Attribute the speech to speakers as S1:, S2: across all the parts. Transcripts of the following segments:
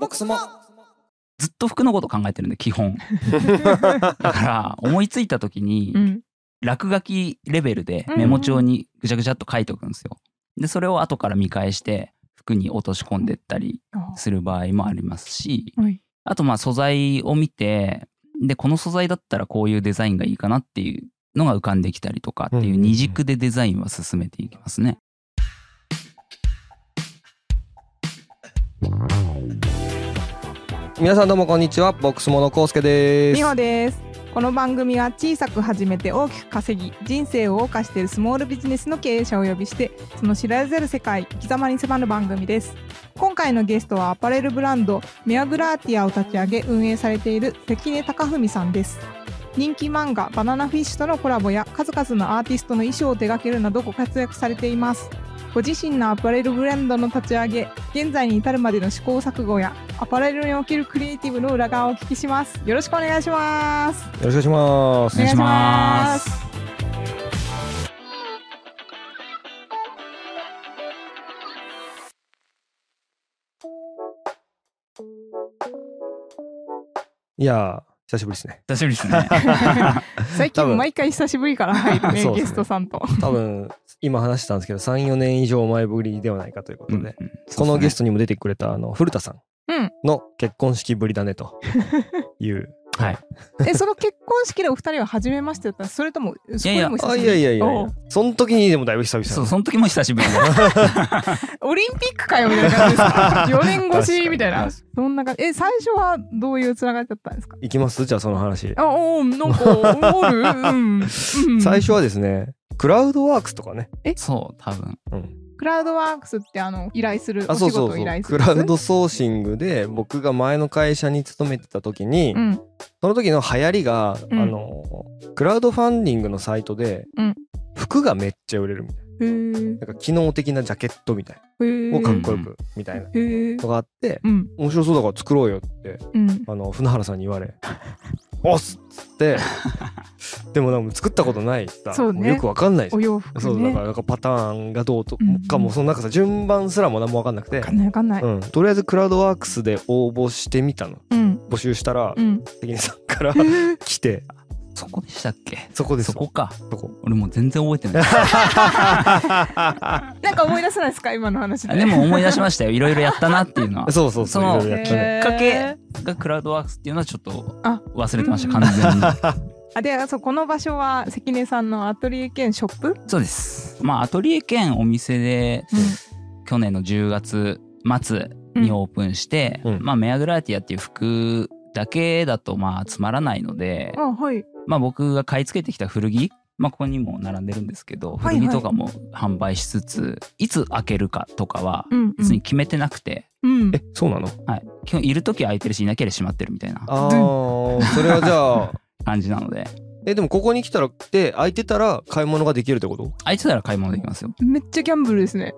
S1: ボックスも
S2: ずっと服のこと考えてるんで基 本だから思いついた時に
S3: うん
S2: 落書きレベルでメモ帳にぐちゃぐちゃっと書いておくんですよでそれを後から見返して服に落とし込んでったり
S3: あ
S2: する場合もありますし
S3: はい
S2: あとまあ素材を見てでこの素材だったらこういうデザインがいいかなっていうのが浮かんできたりとかっていう二軸でデザインは進めていきますね。
S1: 皆さんどうもこんにちはボックスモノコウスケです
S3: 美穂ですこの番組は小さく始めて大きく稼ぎ人生を謳歌しているスモールビジネスの経営者をお呼びしてその知られざる世界生き様に迫る番組です今回のゲストはアパレルブランドメアグラーティアを立ち上げ運営されている関根貴文さんです人気漫画「バナナフィッシュ」とのコラボや数々のアーティストの衣装を手掛けるなどご活躍されていますご自身のアパレルブランドの立ち上げ現在に至るまでの試行錯誤やアパレルにおけるクリエイティブの裏側をお聞きしますよろしくお願い します
S1: よろしくお願いし
S2: お願
S1: ま
S2: いします
S1: いやー久しぶりですね
S2: 久しぶりですね。
S3: 最
S1: 多
S3: 近
S1: 分
S3: 毎回久しぶり から入るね
S1: そうですね
S3: ゲストさんと
S1: 多分 今話したんですけど34年以上前ぶりではないかということで、
S2: うんうん
S1: このゲス
S2: ト
S1: トにも出てくれたあの古田さん
S3: うん
S1: の結婚式ぶりだねと いう
S2: はい。
S3: えその結婚式でお二人は初めましてだったんですそれともそこでも久しぶ
S1: あ
S3: り
S1: いやいやいやい
S3: お
S1: や
S3: う
S1: その時にでもだいぶ久々
S2: そうその時も久しぶりで
S3: オリンピックかよみたいな感じですか4年越しみた いなそんな感じえ最初はどういうつながりだったんですか
S1: いきますじゃあその話
S3: あおーなん かおるうん、うん、
S1: 最初はですねクラウドワークスとかね
S2: そう多分
S3: クラウドワークスってあの依頼するお
S1: あそう
S3: 仕
S1: そう
S3: 事を
S1: そ
S3: 依
S1: う
S3: 頼す
S1: ク
S3: る
S1: ラウドソーシングで僕が前の会社に勤めてた時に、
S3: うん
S1: その時の流行りが、
S3: うん
S1: あのクラウドファンディングのサイトで、
S3: うん
S1: 服がめっちゃ売れるみたい
S3: へー
S1: ななんか機能的なジャケットみたい
S3: へ
S1: なをかっ
S3: ー
S1: こよくみたいな
S3: へー
S1: のがあって、
S3: うん
S1: 面白そうだから作ろうよって
S3: うん
S1: あの船原さんに言わ れ「おっ!」つってでもなんか作ったことないしさ
S3: そうね
S1: もよくわかんないし
S3: お洋服ね
S1: そうだからなんかパターンがどうと
S3: うん
S1: かもそのなんかさ順番すらも何もわかんなくて
S3: わか。んないわかんない。
S1: うん、とりあえずクラウドワークスで応募してみたの
S3: うん。
S1: 募集したら
S3: うん。
S1: 関根さんから来て
S2: そこでしたっけ
S1: そこです
S2: そこか
S1: そこ
S2: 俺もう全然覚えてない
S3: なんか思い出せないですか今の 話
S2: でも思い出しましたよいろいろやったなっていうのは
S1: そうそうそう
S2: その
S1: いろいろやったね
S2: きっかけがクラウドワークスっていうのはちょっと
S3: あ
S2: 忘れてました完全に
S3: あでそうこの場所は関根さんのアトリエ兼ショップ、
S2: そうですまあアトリエ兼お店で去年の10月末にオープンして、
S1: うん
S2: まあメアグラーティアっていう服だけだとまあつまらないので、
S3: あはい
S2: まあ、僕が買い付けてきた古着、まあ、ここにも並んでるんですけど
S3: はい
S2: 古着とかも販売しつつ、いつ開けるかとかは
S3: うんうん
S2: 別に決めてなくて、
S3: うん
S1: えそうなの
S2: はい、基本いる時は開いてるしいなければ閉まってるみたいな
S1: あー それはじゃあ
S2: 感じなので
S1: えでもここに来たらで空いてたら買い物ができるってこと
S2: 開いてたら買い物できますよ
S3: めっちゃギャンブルですね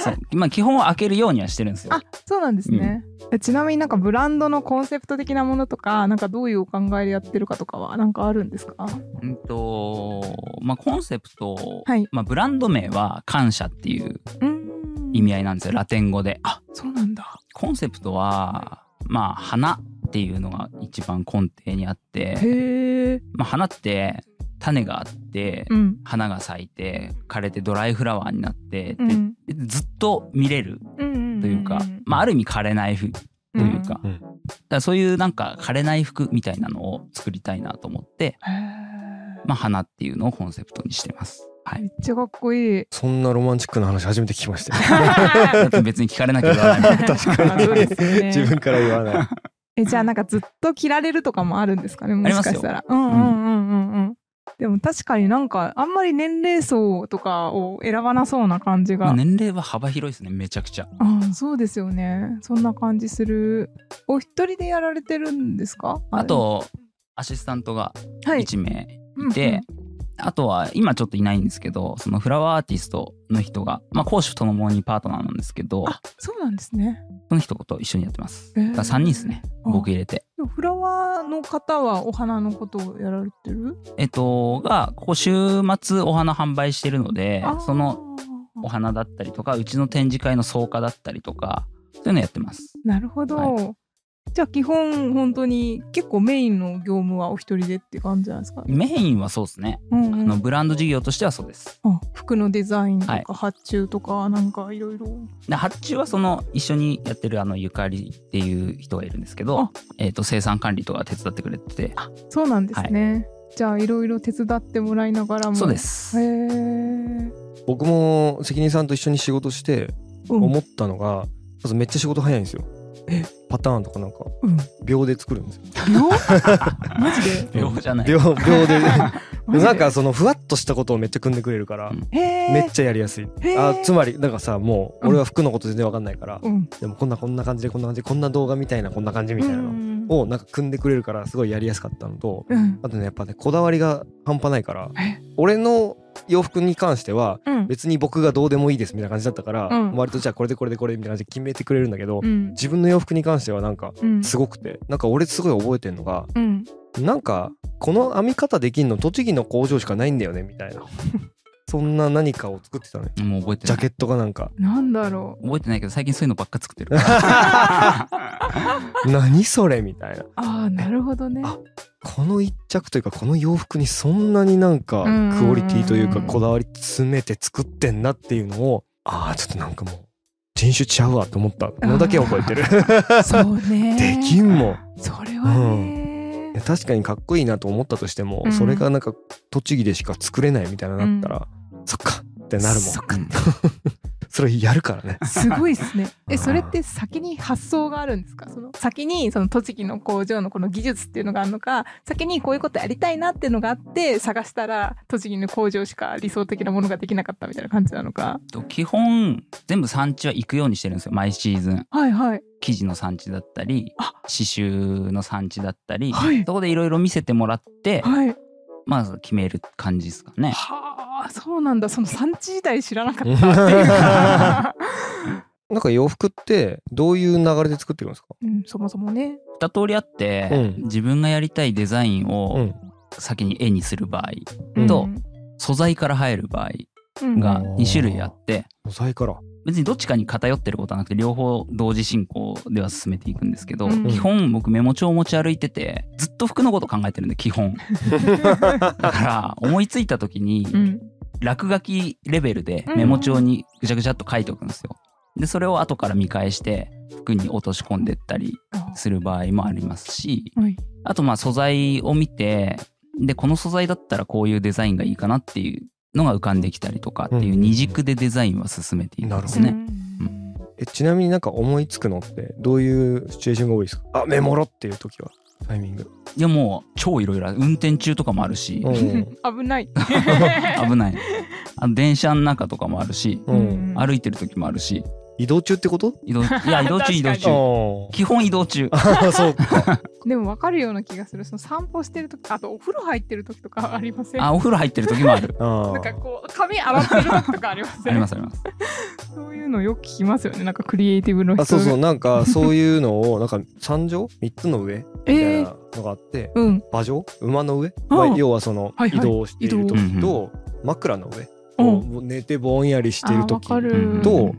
S2: そう、まあ、基本は開けるようにはしてるんですよ
S3: あ そうなんですね、えちなみになんかブランドのコンセプト的なものとかなんかどういうお考えでやってるかとかはなんかあるんですか
S2: うんとまあコンセプト、
S3: はい
S2: まあ、ブランド名は「感謝」っていう
S3: うん
S2: 意味合いなんですよラテン語で
S3: あそうなんだ
S2: コンセプトはまあ花っていうのが一番根底にあって
S3: へえ
S2: まあ、花って種があって、
S3: うん
S2: 花が咲いて枯れてドライフラワーになって、
S3: うんうん
S2: でずっと見れる
S3: うんうん
S2: というか、まあ、ある意味枯れない服というか,、
S1: うんうん
S2: だからそういうなんか枯れない服みたいなのを作りたいなと思って、
S3: へえ
S2: まあ、花っていうのをコンセプトにしてます。は
S3: め
S2: い
S3: っちゃかっこいい
S1: そんなロマンチックな話初めて聞きましたよ
S2: だって別に聞かれなきゃ言 わない
S1: 確かに
S3: そうですよね
S1: 自分から言わない
S3: えじゃあなんかずっと着られるとかもあるんですかねも
S2: あり
S3: し
S2: ます
S3: か
S2: よ
S3: したら。うんうんうんうんうん。でも確かになんかあんまり年齢層とかを選ばなそうな感じ
S2: ま
S3: が、
S2: あ年齢は幅広いですねめちゃくちゃ
S3: ああそうですよねそんな感じするお一人でやられてるんですか
S2: あとアシスタントが
S3: あれ
S2: 1名
S3: はい
S2: いて、あとは今ちょっといないんですけどそのフラワーアーティストの人が、まあ、講師ともにパートナーなんですけど
S3: あそうなんですね、
S2: その人と一緒にやってます
S3: え
S2: だから3人ですね
S3: あ
S2: 僕入れて
S3: でもフラワーの方はお花のことをやられてる
S2: えっとがここ週末お花販売してるので
S3: あー
S2: そのお花だったりとかうちの展示会の草加だったりとかそういうのやってます。
S3: なるほど、
S2: は
S3: じゃあ基本本当に結構メインの業務はお一人でって感じなんですか、
S2: メインはそうですね。
S3: う
S2: あ
S3: んうん
S2: のブランド事業としてはそうです。
S3: あ服のデザインと
S2: はい
S3: か発注とかなんかいろいろ
S2: で発注はその一緒にやってるあのゆかりっていう人がいるんですけ
S3: あ
S2: ど、えっと生産管理とか手伝ってくれてて、
S3: そうなんですね、じゃあいろいろ手伝ってもらいながらも
S2: そうですす。
S3: へ
S2: は
S3: え、
S2: い
S1: 僕も関根さんと一緒に仕事して
S3: うん
S1: 思ったのが、まずめっちゃ仕事早いんですよ
S3: え
S1: パターンとかなんか
S3: うん、
S1: 秒で作るんですよ
S3: 秒 マジで
S2: 秒じゃない。
S1: 秒 秒で
S3: マジで
S1: なんかそのふわっとしたことをめっちゃ組んでくれるから、
S2: うん
S3: へえ
S1: めっちゃやりやすい
S3: へー
S1: あつまりなんかさもう
S3: うん
S1: 俺は服のこと全然わかんないから、
S3: うん
S1: でもこんなこんな感じでこんな感じでこんな動画みたいなこんな感じみたいな
S3: う
S1: の
S3: ん
S1: をなんか組んでくれるからすごいやりやすかったのと
S3: うん
S1: あとねやっぱねこだわりが半端ないから
S3: え
S1: 俺の洋服に関しては
S3: うん
S1: 別に僕がどうでもいいですみたいな感じだったから、
S3: うん
S1: 割とじゃあこれでこれでこれみたいな感じで決めてくれるんだけど、
S3: うん
S1: 自分の洋服に関してはなんか
S3: うん
S1: すごくてなんか俺すごい覚えてるのが
S3: うん
S1: なんかこの編み方できんの栃木の工場しかないんだよねみた いなそんな何かを作ってたね
S2: もう覚えて
S1: ジ
S2: な
S1: ャ
S2: い
S1: ケ。ットがなん か
S3: なんだろう
S2: 覚えてないけど最近そういうのばっか作ってるから。
S1: 何それみたいな
S3: ああなるほどね
S1: あこの一着というかこの洋服にそんなになんか
S3: うん
S1: クオリティという
S2: う
S1: か
S2: ん
S1: こだわり詰めて作ってんなっていうのをああちょっとなんかもう人種ちゃうわと思ったのだけ覚えてる
S3: そうね
S1: できんもん
S3: それは
S1: いや
S3: ね
S1: 確かにかっこいいなと思ったとしても、
S3: うん
S1: それがなんか栃木でしか作れないみたいななったら、そっかってなるもん
S3: そっ
S2: うん
S1: それやるから ね
S3: すごいですね。え、それって先に発想があるんですか。その先にその栃木の工場のこの技術っていうのがあるのか、先にこういうことやりたいなっていうのがあって探したら栃木の工場しか理想的なものができなかったみたいな感じなのか。
S2: と基本全部産地は行くようにしてるんですよ毎シーズン
S3: はいはい。
S2: 生地の産地だったり
S3: あ
S2: 刺繍の産地だったり、
S3: はい
S2: そこでいろいろ見せてもらって、
S3: はい。
S2: まず決める感じですかね
S3: はあ、そうなんだ。その産地自体知らなかっ
S1: な
S3: た。
S1: んか洋服ってどういう流れで作ってるんですか
S3: うん、そもそもね。
S2: 二通りあって、
S1: うん
S2: 自分がやりたいデザイン
S1: う
S2: を
S1: ん
S2: 先に絵にする場合、
S1: うん
S2: と素材から入る場合
S3: うん
S2: が
S1: うん
S2: 2種類あって
S1: 素材から
S2: 別にどっちかに偏ってることはなくて両方同時進行では進めていくんですけど、
S3: うん
S2: 基本僕メモ帳を持ち歩いててずっと服のこと考えてるんで基本 だから思いついた時に
S3: うん。
S2: 落書きレベルで
S3: うん
S2: メモ帳にぐちゃぐちゃっと書いておくんですよ。でそれを後から見返して服に落とし込んでったり
S3: あ
S2: する場合もありますし
S3: はい。
S2: あとまあ素材を見てでこの素材だったらこういうデザインがいいかなっていうのが浮かんできたりとかっていう
S1: うん
S2: 二軸でデザインは進めていくんです
S3: う
S2: ね。
S3: ん
S1: えちなみになんか思いつくのってどういうシチュエーションが多いですかあメモろっていう時はタイミング、
S2: いやもう超いろいろある運転中とかもあるし
S1: うん
S3: 危ない。
S2: 危ないあの電車の中とかもあるし
S1: うん
S3: ある。
S2: 歩いてる時もあるし
S1: 移動中ってこと
S2: 移動い や移動中移動
S3: 確か
S2: 中
S1: あ
S2: 基本移動 中
S1: ああそうか
S3: でも分かるような気がする。その散歩してる時、あとお風呂入ってる時とかありません。
S2: あお風呂入ってる時も ある
S1: あ
S3: なんか
S1: ー
S3: こう髪洗ってる時とかありま
S2: あ
S3: せ
S2: り
S3: ん。
S2: ますあります
S3: そういうのよく聞きますよね。なんかクリエイティブの人。
S1: あそうそうなんかそういうのをなんか三条三つの上みた
S3: え
S1: い
S3: え
S1: なのがあって、
S3: うん。
S1: 馬上馬の上、
S3: うん
S1: まあ、要はその
S3: はいはい
S1: 移動している時
S2: 移
S1: と枕の上
S3: うん
S1: もうもう寝てぼんやりしている
S3: あわ
S1: 時
S3: かる
S2: うん
S1: と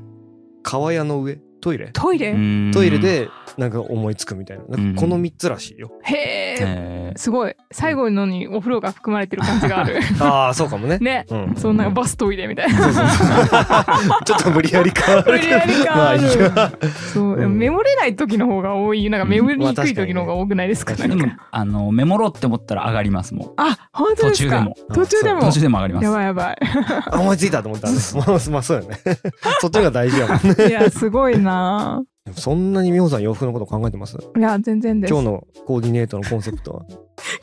S1: 川屋の上トイレ
S3: トイレ。
S2: うん
S1: トイレでなんか思いつくみたいななんかこの3つらしいよ、
S3: へえ。
S2: えー
S3: すごい。最後のにお風呂が含まれてる感じがある。
S1: ああそうかもね
S3: ね。
S1: うん
S3: そんなバストイレみたいな。
S1: そうそうそうちょっと無理やり変わる
S3: 無理やり変わる
S1: まあいいや
S3: そう。でもメモれない時の方が多い。なんかメモりにくい時の方が多くないですか。
S1: うんま
S2: で
S3: な
S2: も
S3: んか
S2: あのメモろうって思ったら上がりますも
S3: あ、本
S2: う途
S3: 当です
S2: 中で
S3: か
S2: も。
S1: も
S3: 途中でも
S2: 途。中でも上がります
S3: やばいやばい。
S1: あ思いついたと思ったまあまあそうよね そっちが大事やもんね
S3: いや、すごいな。
S1: でもそんなに美穂さん洋服のこと考えてます
S3: いや、全然です。
S1: 今日のコーディネートのコンセプトは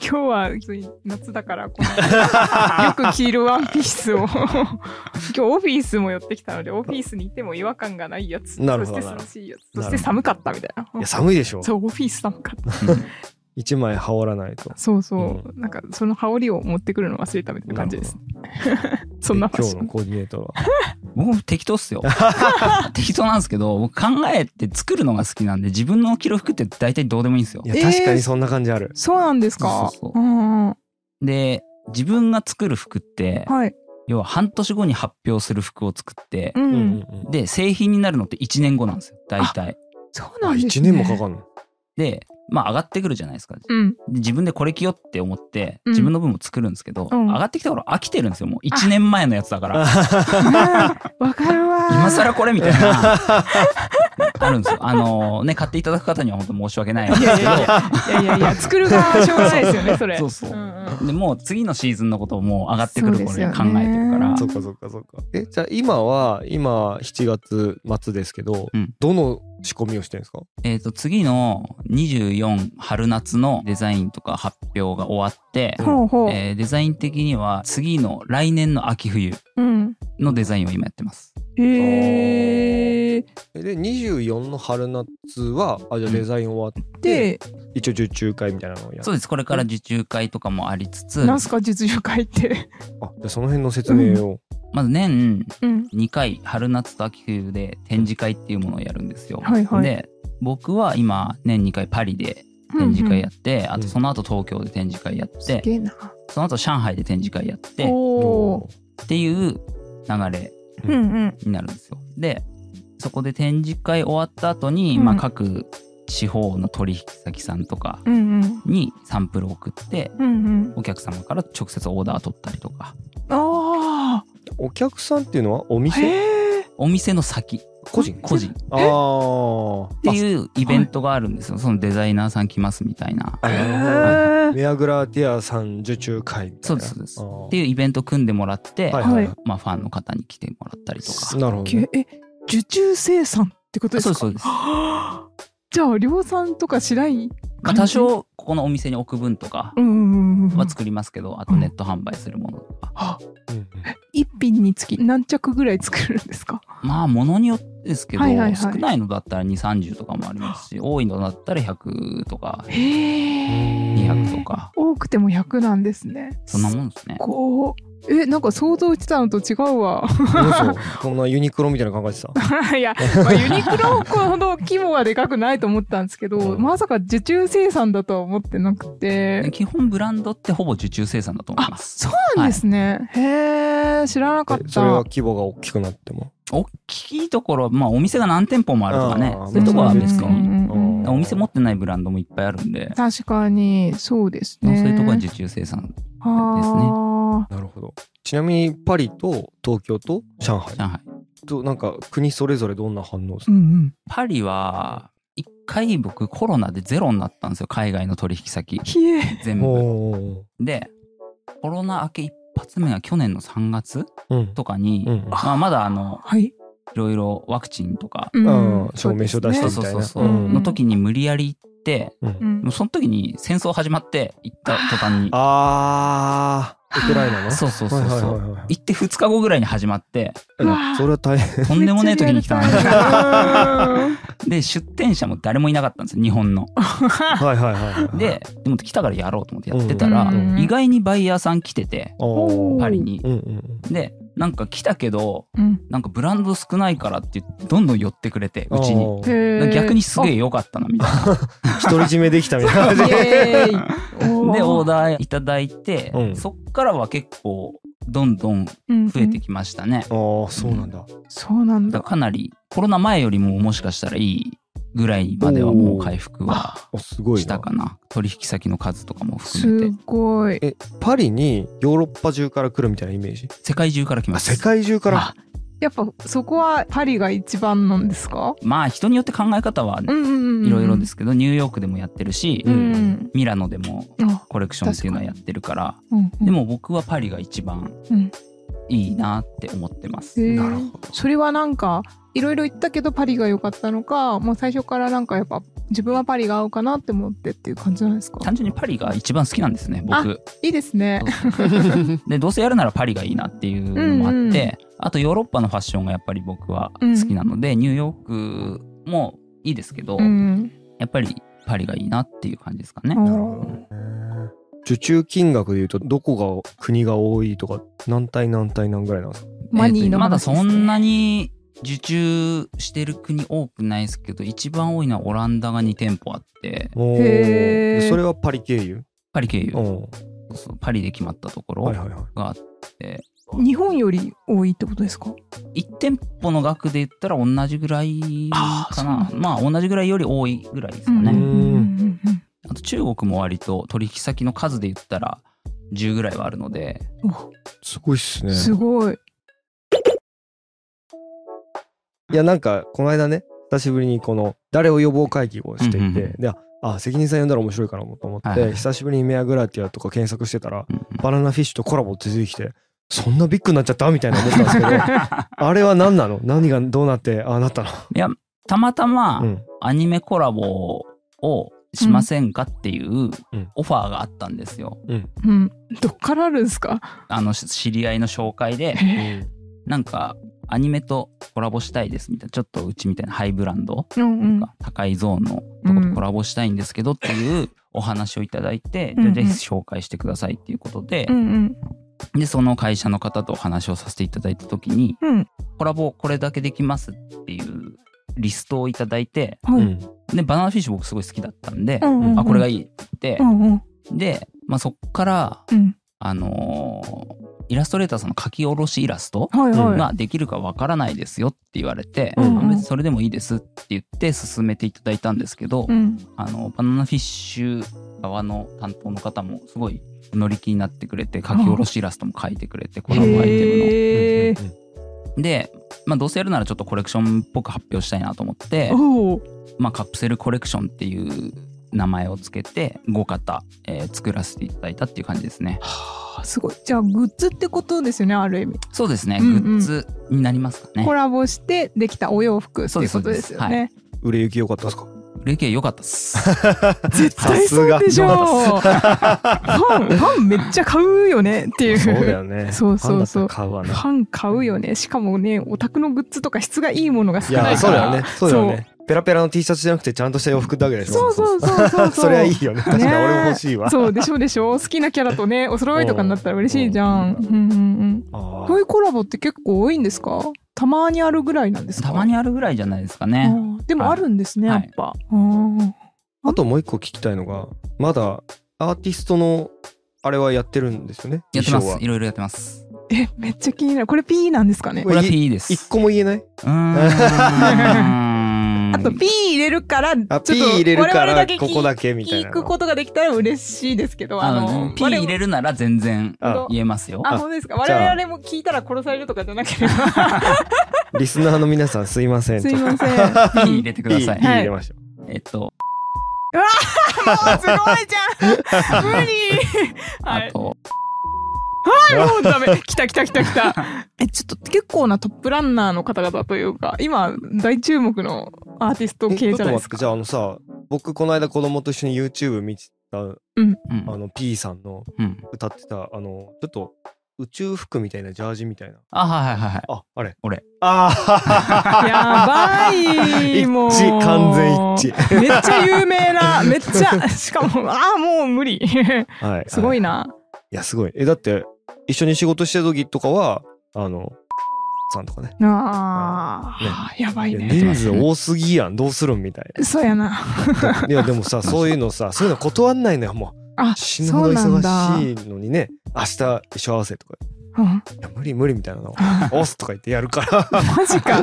S3: 今日は夏だからこのよく着るワンピー スを今日オフィスも寄ってきたのでオフィスにいても違和感がないやつ
S1: なるほど
S3: そして涼しいやつ
S1: なるほど
S3: そして寒かったみたいない
S1: や寒いでしょ
S3: そうオフィス寒かった
S1: 一枚羽織らないと
S3: そうそう、なんかその羽織を持ってくるの忘れたみたいな感じです そんなファッ
S1: 今
S3: シ
S1: 日
S3: ョ
S1: の
S3: ン
S1: コーディネートは
S2: 僕も適当っすよ 適当なんですけど僕考えて作るのが好きなんで自分の着る服って大体どうでもいいんですよ
S1: いや
S3: えー
S1: 確かにそんな感じある、
S3: そうなんですか
S2: そうそうそ
S3: んうん
S2: で自分が作る服って
S3: はい
S2: 要は半年後に発表する服を作って、
S3: うん
S1: うんうんうん
S2: で製品になるのって1年後なんですよ大体。
S3: そう
S1: あ
S3: なんです
S1: 1
S3: ね
S1: 年もかかんの
S2: でまあ上がってくるじゃないですか。で
S3: うん
S2: 自分でこれ着ようって思って
S3: うん
S2: 自分の分も作るんですけど、
S3: うん
S2: 上がってきた頃飽きてるんですよもう1年前のやつだから。
S3: あーわかるわー
S2: 今更これみたいな あるんですよ。あのね買っていただく方には本当申し訳ないんですけ
S3: い
S2: ど
S3: やいやいやいやいやいや作る側はしょうがないですよねそれ
S2: そうそう
S3: うん
S2: でもう次のシーズンのことをもう上がってくる頃に考えてるか
S3: そう
S2: ら
S3: です
S1: そ
S3: よ
S1: っかそっかそっか。え、じゃあ今は、今7月末ですけど、
S2: うん
S1: どの仕込みをしてるんですか
S2: えー、と次の24春夏のデザインとか発表が終わって
S3: うん、ほうほう、
S2: えーデザイン的には次の来年の秋冬
S3: うん
S2: のデザインを今やってます。
S3: へえ
S1: えで、24の春夏は、あ、じゃあデザイン終わっ
S3: で
S1: て、一応受注会みたいなのをやる。
S2: そうですこれから受注会とかもありつつ
S3: なんすか 実用会って
S1: あ、じゃあその辺の説明を。
S2: まず年
S3: うん
S2: 2回春夏と秋冬で展示会っていうものをやるんですよ。
S3: はいはい
S2: で僕は今年2回パリで展示会や
S3: っ
S2: って、あとその後東京で展示会やって、
S3: げえな
S2: その後上海で展示会やってっ
S3: おお
S1: おー
S2: ていう流れ
S3: うんうん
S2: になるんですよ。でそこで展示会終わった後に、
S3: うん
S2: まあ、各地方の取引先さんとか
S3: うんうん
S2: にサンプルを送って
S3: うんうん
S2: お客様から直接オーダー取ったりとか
S3: あ
S1: お客さんっていうのはお
S3: あ
S1: 店
S3: へえ
S2: お店の先
S1: 個人
S2: 個人っ
S1: あー
S2: ていうイベントがあるんですよそのデザイナーさん来ますみたいな。
S1: あ。
S3: へえ
S1: メアグラティアさん受注会みた
S2: そ
S1: いう
S2: で
S1: な
S2: すそうです
S1: あー
S2: っていうイベント組んでもらって、
S1: はいはい
S3: は
S2: まあ、ファンの方に来てもらったりとか。
S1: なるほどね、
S3: え受注生産ってことです
S2: そうですそう
S3: か
S2: です。
S3: はあ じゃあ量産とかしない
S2: まあ、多少ここのお店に置く分とか
S3: うんうんうんうん
S2: は作りますけど、あとネット販売するものとか。
S1: うんうん
S3: 一品につき何着ぐらい作るんですか
S2: まあ、ものによってですけど、
S3: はいはいはい
S2: 少ないのだったら2、30とかもありますし、多いのだったら100とか
S3: へえ
S2: 200とか、
S3: 多くても100なんですね
S2: そんなもんですね。
S3: こうえなんか想像してたのと違うわ
S1: 嘘こんなユニクロみたいなの考え てた
S3: いや、まあ、ユニクロほど規模はでかくないと思ったんですけど
S1: うん
S3: まさか受注生産だとは思ってなく
S2: で
S3: て
S2: 基本ブランドってほぼ受注生産だと思います。
S3: そうなんですね、へえ知らなかっ
S1: え
S3: た
S1: それは規模が大きくなっても
S2: 大きいところ、まあお店が何店舗もあるとかね
S1: あ、ー
S2: そういうところは別
S3: うんうん
S2: に。
S3: うんうん
S1: あ
S2: お店持ってないブランドもいっぱいあるんで、
S3: 確かにそうです
S2: そう
S3: ね
S2: いうところは受注生産、ですね
S3: はあ
S1: なるほどちなみにパリと東京と上海
S2: 上海。
S1: となんか国それぞれどんな反応す
S3: う
S1: る
S3: んうん
S2: パリは、一回僕コロナでゼロになったんですよ、海外の取引先。
S3: ひえ
S2: 全部。
S1: お
S2: でコロナ明け一発目が去年の3月
S1: うん
S2: とかに、
S1: うん
S2: まあ、まだあの
S3: はい、
S2: いろいろワクチンとか、
S1: うん証明書出し
S2: そ
S1: た
S2: う
S1: み
S2: そう
S1: たい
S2: そう
S1: な
S2: そうう、
S3: ん
S2: の時に無理やり行って
S1: うん
S3: うん
S2: もうその時に戦争始まって行った途端に
S1: あーウクライナの
S2: そうそうそうそう、
S1: はいはいはいはい
S2: 行って2日後ぐらいに始まって
S3: うわ
S1: それは大 変
S2: とんでもねえ時に来た
S3: めっちゃリ
S2: な
S3: アルタイム
S2: で出店者も誰もいなかったんですよ日本の
S1: はいはいはいはい
S2: ででも来たからやろうと思ってやってたら、
S1: うん
S3: うん
S2: 意外にバイヤーさん来てて
S1: おー
S2: パリに
S1: う、んうん
S2: でなんか来たけど
S3: うん
S2: なんかブランド少ないからって言ってどんどん寄ってくれてうちに
S1: おー
S3: へー
S2: 逆にすげえ良かったなみたいな。
S1: 独り占めできたみたいな感じ
S3: イエーイおー
S2: でオーダーいただいて、
S1: うん
S2: そっからは結構どんどん増
S3: うん
S2: えてきましたね。
S1: ああそうなんだ。
S3: そうなん
S2: だ
S3: だ
S2: からかなりコロナ前よりももしかしたらいいぐらいまではもう回復は
S1: おすごいな。
S2: したかな取引先の数とかも
S3: す
S2: 含めて
S3: ごい
S1: えパリにヨーロッパ中から来るみたいなイメージ
S2: 世界中から来ま
S1: あ
S2: す。
S1: 世界中から
S2: あ
S3: やっぱそこはパリが一番なんですか
S2: まあ人によって考え方は
S3: うんうんうんうん
S2: いろいろですけど、ニューヨークでもやってるし、
S3: う
S1: うんん
S2: ミラノでも
S3: あ
S2: コレクションっていうのはやってるから
S3: うんうん
S2: でも僕はパリが一番
S3: うん
S2: いいなって思ってます。
S3: へー
S1: なるほど
S3: それはなんかいろいろ言ったけどパリが良かったのかもう最初からなんかやっぱ自分はパリが合うかなって思ってっていう感じなんですか
S2: 単純にパリが一番好きなんですね僕
S3: いいですね
S2: でどうせやるならパリがいいなっていうのもあって、
S3: うんうん
S2: あとヨーロッパのファッションがやっぱり僕は好きなので、ニューヨークもいいですけど、
S3: うん
S2: やっぱりパリがいいなっていう感じですかね、
S3: うん
S1: なるほどね。受注金額でいうとどこが国が多いとか何対何対何ぐらいなんですか
S3: マニーの
S2: まだ
S3: 話ですね
S2: そんなに受注してる国多くないですけど一番多いのはオランダが2店舗あって
S1: お
S3: へー
S1: ーそれはパリ経由
S2: パリ経由
S1: うん
S2: そうパリで決まったところ
S1: はい
S2: が
S1: はいはい
S2: あって、
S3: 日本より多いってことですか
S2: 1店舗の額で言ったら同じぐらい
S3: あー
S2: か
S3: そうな
S2: なん
S3: だ
S2: まあ同じぐらいより多いぐらいですか
S3: うん
S2: ね、
S3: うんうんうん
S2: あと中国も割と取引先の数で言ったら10ぐらいはあるので、
S1: すごいっすね。
S3: すごい。
S1: いやなんかこの間ね久しぶりにこの「誰を予防会議」をしていて、
S2: うんうんうん
S1: でああ関根さん呼んだら面白いかなと思って、
S2: はいはい
S1: 久しぶりにメアグラティアとか検索してたら
S2: うんうん
S1: バナナフィッシュとコラボって出てきてそんなビッグになっちゃったみたいな思ったん ですけどあれは何なの何がどうなってああなったの、
S2: たまたま
S1: うん、
S2: アニメコラボをしませんかっていう
S1: うん
S2: オファーがあったんですよ。
S3: うん。どっからあるんですか
S2: あのし知り合いの紹介でなんかアニメとコラボしたいですみたいなちょっとうちみたいなハイブランド
S3: うんうん。
S2: が高いゾーンのとことコラボしたいんですけどっていうお話をいただいて、
S3: うんうん
S2: じゃあぜひ紹介してくださいっていうことで
S3: う、ん
S2: でその会社の方とお話をさせていただいた時に
S3: うん。うん。
S2: コラボこれだけできますっていうリストをいただいて
S3: は
S1: う
S3: い。
S1: ん
S2: でバナナフィッシュ僕すごい好きだったんで、
S3: うんうんうん
S2: あこれがいいって言って
S3: う、んうん
S2: で、まあ、そっから、
S3: うん。
S2: あのーイラストレーターさんの書き下ろしイラスト
S3: はいはい。
S2: ができるかわからないですよって言われて、
S1: うん
S2: あ別にそれでもいいですって言って進めていただいたんですけど、
S3: うん。
S2: あのバナナフィッシュ側の担当の方もすごい乗り気になってくれて書き下ろしイラストも書いてくれてコラボアイテムの。
S3: へー
S2: で、まあ、どうせやるならちょっとコレクションっぽく発表したいなと思って、
S3: おお。
S2: まあ、カプセルコレクションっていう名前をつけて5型、えー作らせていただいたっていう感じですね。
S3: はあすごい。じゃあグッズってことですよねある意味。
S2: そうですね、
S3: うんうん
S2: グッズになりますかね
S3: コ。ラボしてできたお洋服っていうことですよね。
S1: 売れ行き良かったですか
S2: 売れ行きは良かったっ す。
S3: 絶対そうでしょう。ファンファンめっちゃ買うよねっていう。
S1: そうだよね
S3: そうそうそう
S1: ファンだったら買うわ
S3: フ
S1: な
S3: ァン買うよね。しかもね、オタクのグッズとか質がいいものが
S1: い
S3: 少な
S1: や
S3: いから。
S1: そうだよねそうだよねペラペラの T シャツじゃなくてちゃんとした洋服だけでしょ
S3: そうそうそうそ う
S1: それはいいよね確かに俺も欲しいわ、
S3: そうでしょでしょ。好きなキャラとね、お揃いとかになったら嬉しいじゃん。うんうんうん。
S1: あ
S3: こ
S1: ー
S3: ういうコラボって結構多いんですかたまにあるぐらいなんですか
S2: たまにあるぐらいじゃないですか
S3: あ
S2: ね。
S3: ーでもあるんですね、
S2: はい
S3: やっぱ、うん
S1: あともう一個聞きたいのがまだアーティストのあれはやってるんですよね
S2: やってま
S1: 衣装は
S2: す。いろいろやってます。
S3: えめっちゃ気になるこれ P なんですかね
S1: こ
S2: これは PE です。
S1: 一個も言えない。
S2: うーん
S3: あと P 入れるからちょっ
S1: あ、
S3: と
S1: P 入れるか
S3: 我々だ
S1: ら
S3: け
S1: ここだけみたい
S3: 聞
S1: な
S3: く。ことができたら嬉しいですけど
S2: あ
S3: あ
S2: の
S3: の
S2: P 入れ
S3: る
S2: るなら全然
S1: あ
S2: 言えますよ。
S3: あ本当ですか
S1: じゃあ
S3: 我々も聞いたら殺されるとかじゃなければ
S1: リスナーの皆さんすいません。
S3: すい
S1: ちょっ
S3: ません
S2: P 入 れてく
S1: と
S2: だ
S1: P
S2: さ
S1: P
S2: い。
S1: 入れました。
S2: えっと、
S3: もうすごいじ ゃん無理は
S2: あ
S3: い
S2: と、
S3: もうダメ来た来た来た来 たえちょっと結構なトップランナーの方々というか今大注目のアーティスト
S1: えちょ
S3: 系
S1: っ
S3: じ
S1: と
S3: ゃない
S1: 待っ
S3: です
S1: て、
S3: か
S1: じゃああのさ、僕この間子供と一緒に YouTube 見てた、あ
S2: うん
S1: の P さんの
S2: うん。
S1: 歌ってた、あの、ちょっと宇宙服みたいなジャージみたいな。
S2: あ、はいはいはいはい。
S1: あ、あれ。
S2: 俺。
S1: ああ。
S3: や ばいもう
S1: 一致、完全一致。
S3: めっちゃ有名なめっちゃしかもああもう無理
S1: はい。
S3: すご
S1: い。
S3: いな、
S1: いや、すごい。え、だって、一緒に仕事してる時とかは、あの、さんとかね。
S3: あーやば
S1: い
S3: い
S1: や
S3: ね
S1: 人数多すぎやん、どうするんみたいな。
S3: そうやない
S1: やでもさそういうのさそういうの断んないのよも
S3: あ
S1: う死ぬほど
S3: そうなんだ
S1: 忙しいのにね明日衣装合わせとか
S3: うん
S1: 「いや無理無理」みたいなの「押す」とか言ってやるから
S3: マジか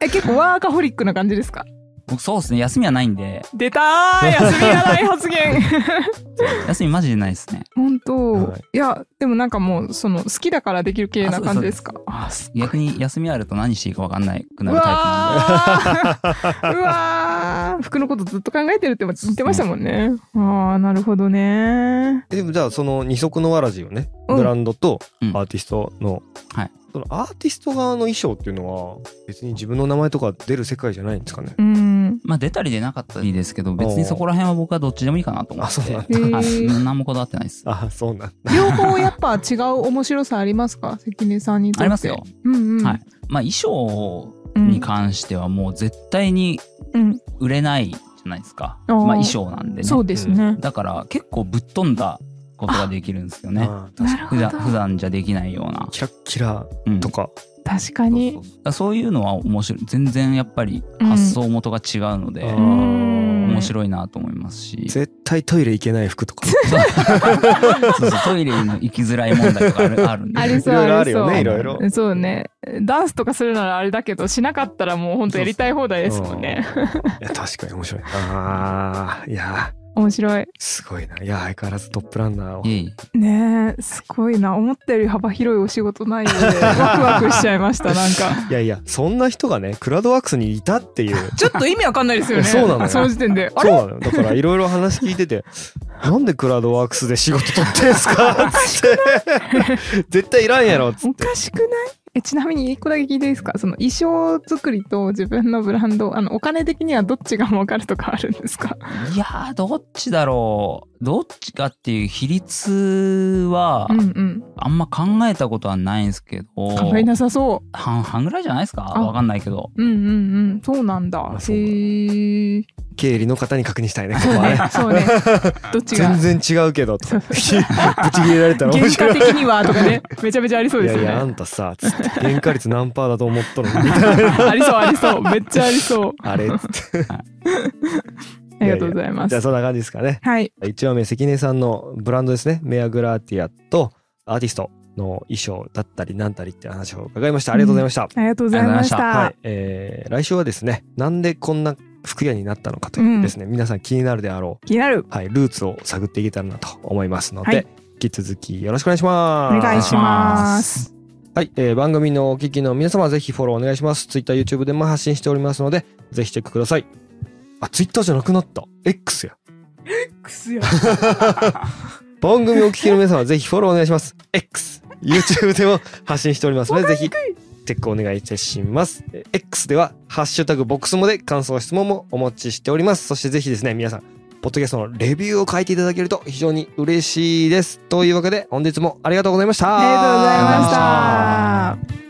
S3: え結構ワーカホリックな感じですか
S2: 僕そうですね、休みはないんで、
S3: 出たー休みがない発言
S2: 休みマジでないですね。
S3: 本当、
S1: はい
S3: い、やでもなんかもうその好きだからできる系な感じですか
S2: あそうです逆に休みあると何していいか分かんないく
S3: う
S2: なるタイプなんで。
S3: わー うわー服のことずっと考えてるって言ってましたもんねああなるほどね
S1: えでもじゃあその二足のわらじをね
S3: うん
S1: ブランドと
S2: うん
S1: アーティストの、
S2: はい
S1: そのアーティスト側の衣装っていうのは別に自分の名前とか出る世界じゃないんですかね
S3: うん
S2: まあ出たり出なかったりですけど、別にそこら辺は僕はどっちでもいいかなと思って。
S1: あそうなん
S3: だ
S2: はい
S3: へー
S2: 何もこだわってないです。
S1: あそうなんだ
S3: 両方やっぱ違う面白さありますか関根さんにとって
S2: ありますよ。
S3: うんうん
S2: はいまあ衣装
S3: うん
S2: に関してはもう絶対に
S3: うん
S2: 売れないじゃないですか。
S3: あー
S2: まあ衣装なんでね
S3: そ。うですね
S2: だから結構ぶっ飛んだことができるんですよね。
S1: あー
S3: な
S1: 確か
S3: るほ
S2: 普
S3: ど
S2: 段普段じゃできないような
S1: に。キラッキラ
S2: うん
S1: とか、
S3: 確かに
S2: そうそうそうだからそういうのは面白い。全然やっぱり発想元が違うので、
S1: あー
S3: うん
S2: 面白いなと思いますし、
S1: 絶対トイレ行けない服とか
S2: そうそうトイレの行きづらい問題とかあ るあるんで
S3: ありそう
S1: いろいろあるよねい
S2: ありそう
S1: ろいろ
S3: そうねダンスとかするならあれだけどしなかったらもうほんとやりたい放題ですもんね
S1: いや確かに面白いなあーいや
S3: 面白い
S1: すごいないや相変わらずトップランナーを
S2: いえい
S3: ねえすごいな思ったより幅広いお仕事内容でワクワクしちゃいま したなんか
S1: いやいやそんな人がねクラウドワークスにいたっていう
S3: ちょっと意味わかんないですよね
S1: そうなのよ
S3: その時点であ
S1: そう
S3: れ
S1: なのよだからいろいろ話聞いて て「なんでクラウドワークスで仕事取ってんす か?」っつって「 絶対いらんやろ」っつっ
S3: お
S1: て
S3: かしくないえちなみに一個だけ聞いていいですかその衣装作りと自分のブランドあのお金的にはどっちが儲かるとかあるんですか
S2: いやーどっちだろうどっちかっていう比率は
S3: うんうん
S2: あんま考えたことはないんですけど、
S3: 考えなさそ
S2: 半半ぐらいじゃないですか
S3: あ
S2: わかんないけど
S3: ううんうんうんそうなんだ
S1: あそうなんだ
S3: へえ
S1: 経理の方に確認したいねここ
S3: そう
S1: は
S3: ね
S1: ね。
S3: そうねどっちが
S1: 全然違うけ どと
S3: そう
S1: ぶち切れられたら
S3: 原
S1: 面
S3: 価
S1: 白い。
S3: 的にはとかねめちゃめちゃありそう
S1: い
S3: で
S1: や
S3: すよ
S1: い
S3: ね
S1: やあんたさつって原価率何パーだと思ったのみたいな
S3: ありそうありそうめっちゃありそう
S1: あれっつって
S3: ありがとうございます
S1: じゃあそんな感じですかね
S3: はい
S1: 一話目関根さんのブランドですねメアグラーティアとアーティストの衣装だったりなんたりって話を伺いましたありがとうございました、
S3: ありがとうございました
S1: はい、えー来週はですねなんでこんな服屋になったのかというですね、皆さん気になるであろ
S3: 気になる
S1: う、はい、ルーツを探っていけたらなと思いますので、
S3: はい
S1: 引き続きよろしくお願いします
S3: お願いします
S1: はい、えー番組のお聞きの皆様ぜひフォローお願いします。Twitter、YouTube でも発信しておりますので、ぜひチェックください。あ、Twitter じゃなくなった。X や。
S3: くすよ
S1: 番組お聞きの皆様ぜひフォローお願いします。X。YouTube でも発信しておりますので、ぜひチェックお願いいたします。えー X では、ハッシュタグボックスもで感想、質問もお持ちしております。そしてぜひですね、皆さん、ポッドキャストのレビューを書いていただけると非常に嬉しいです。というわけで、本日もありがとうございました。
S3: ありがとうございまし
S2: ありがとうございました
S3: た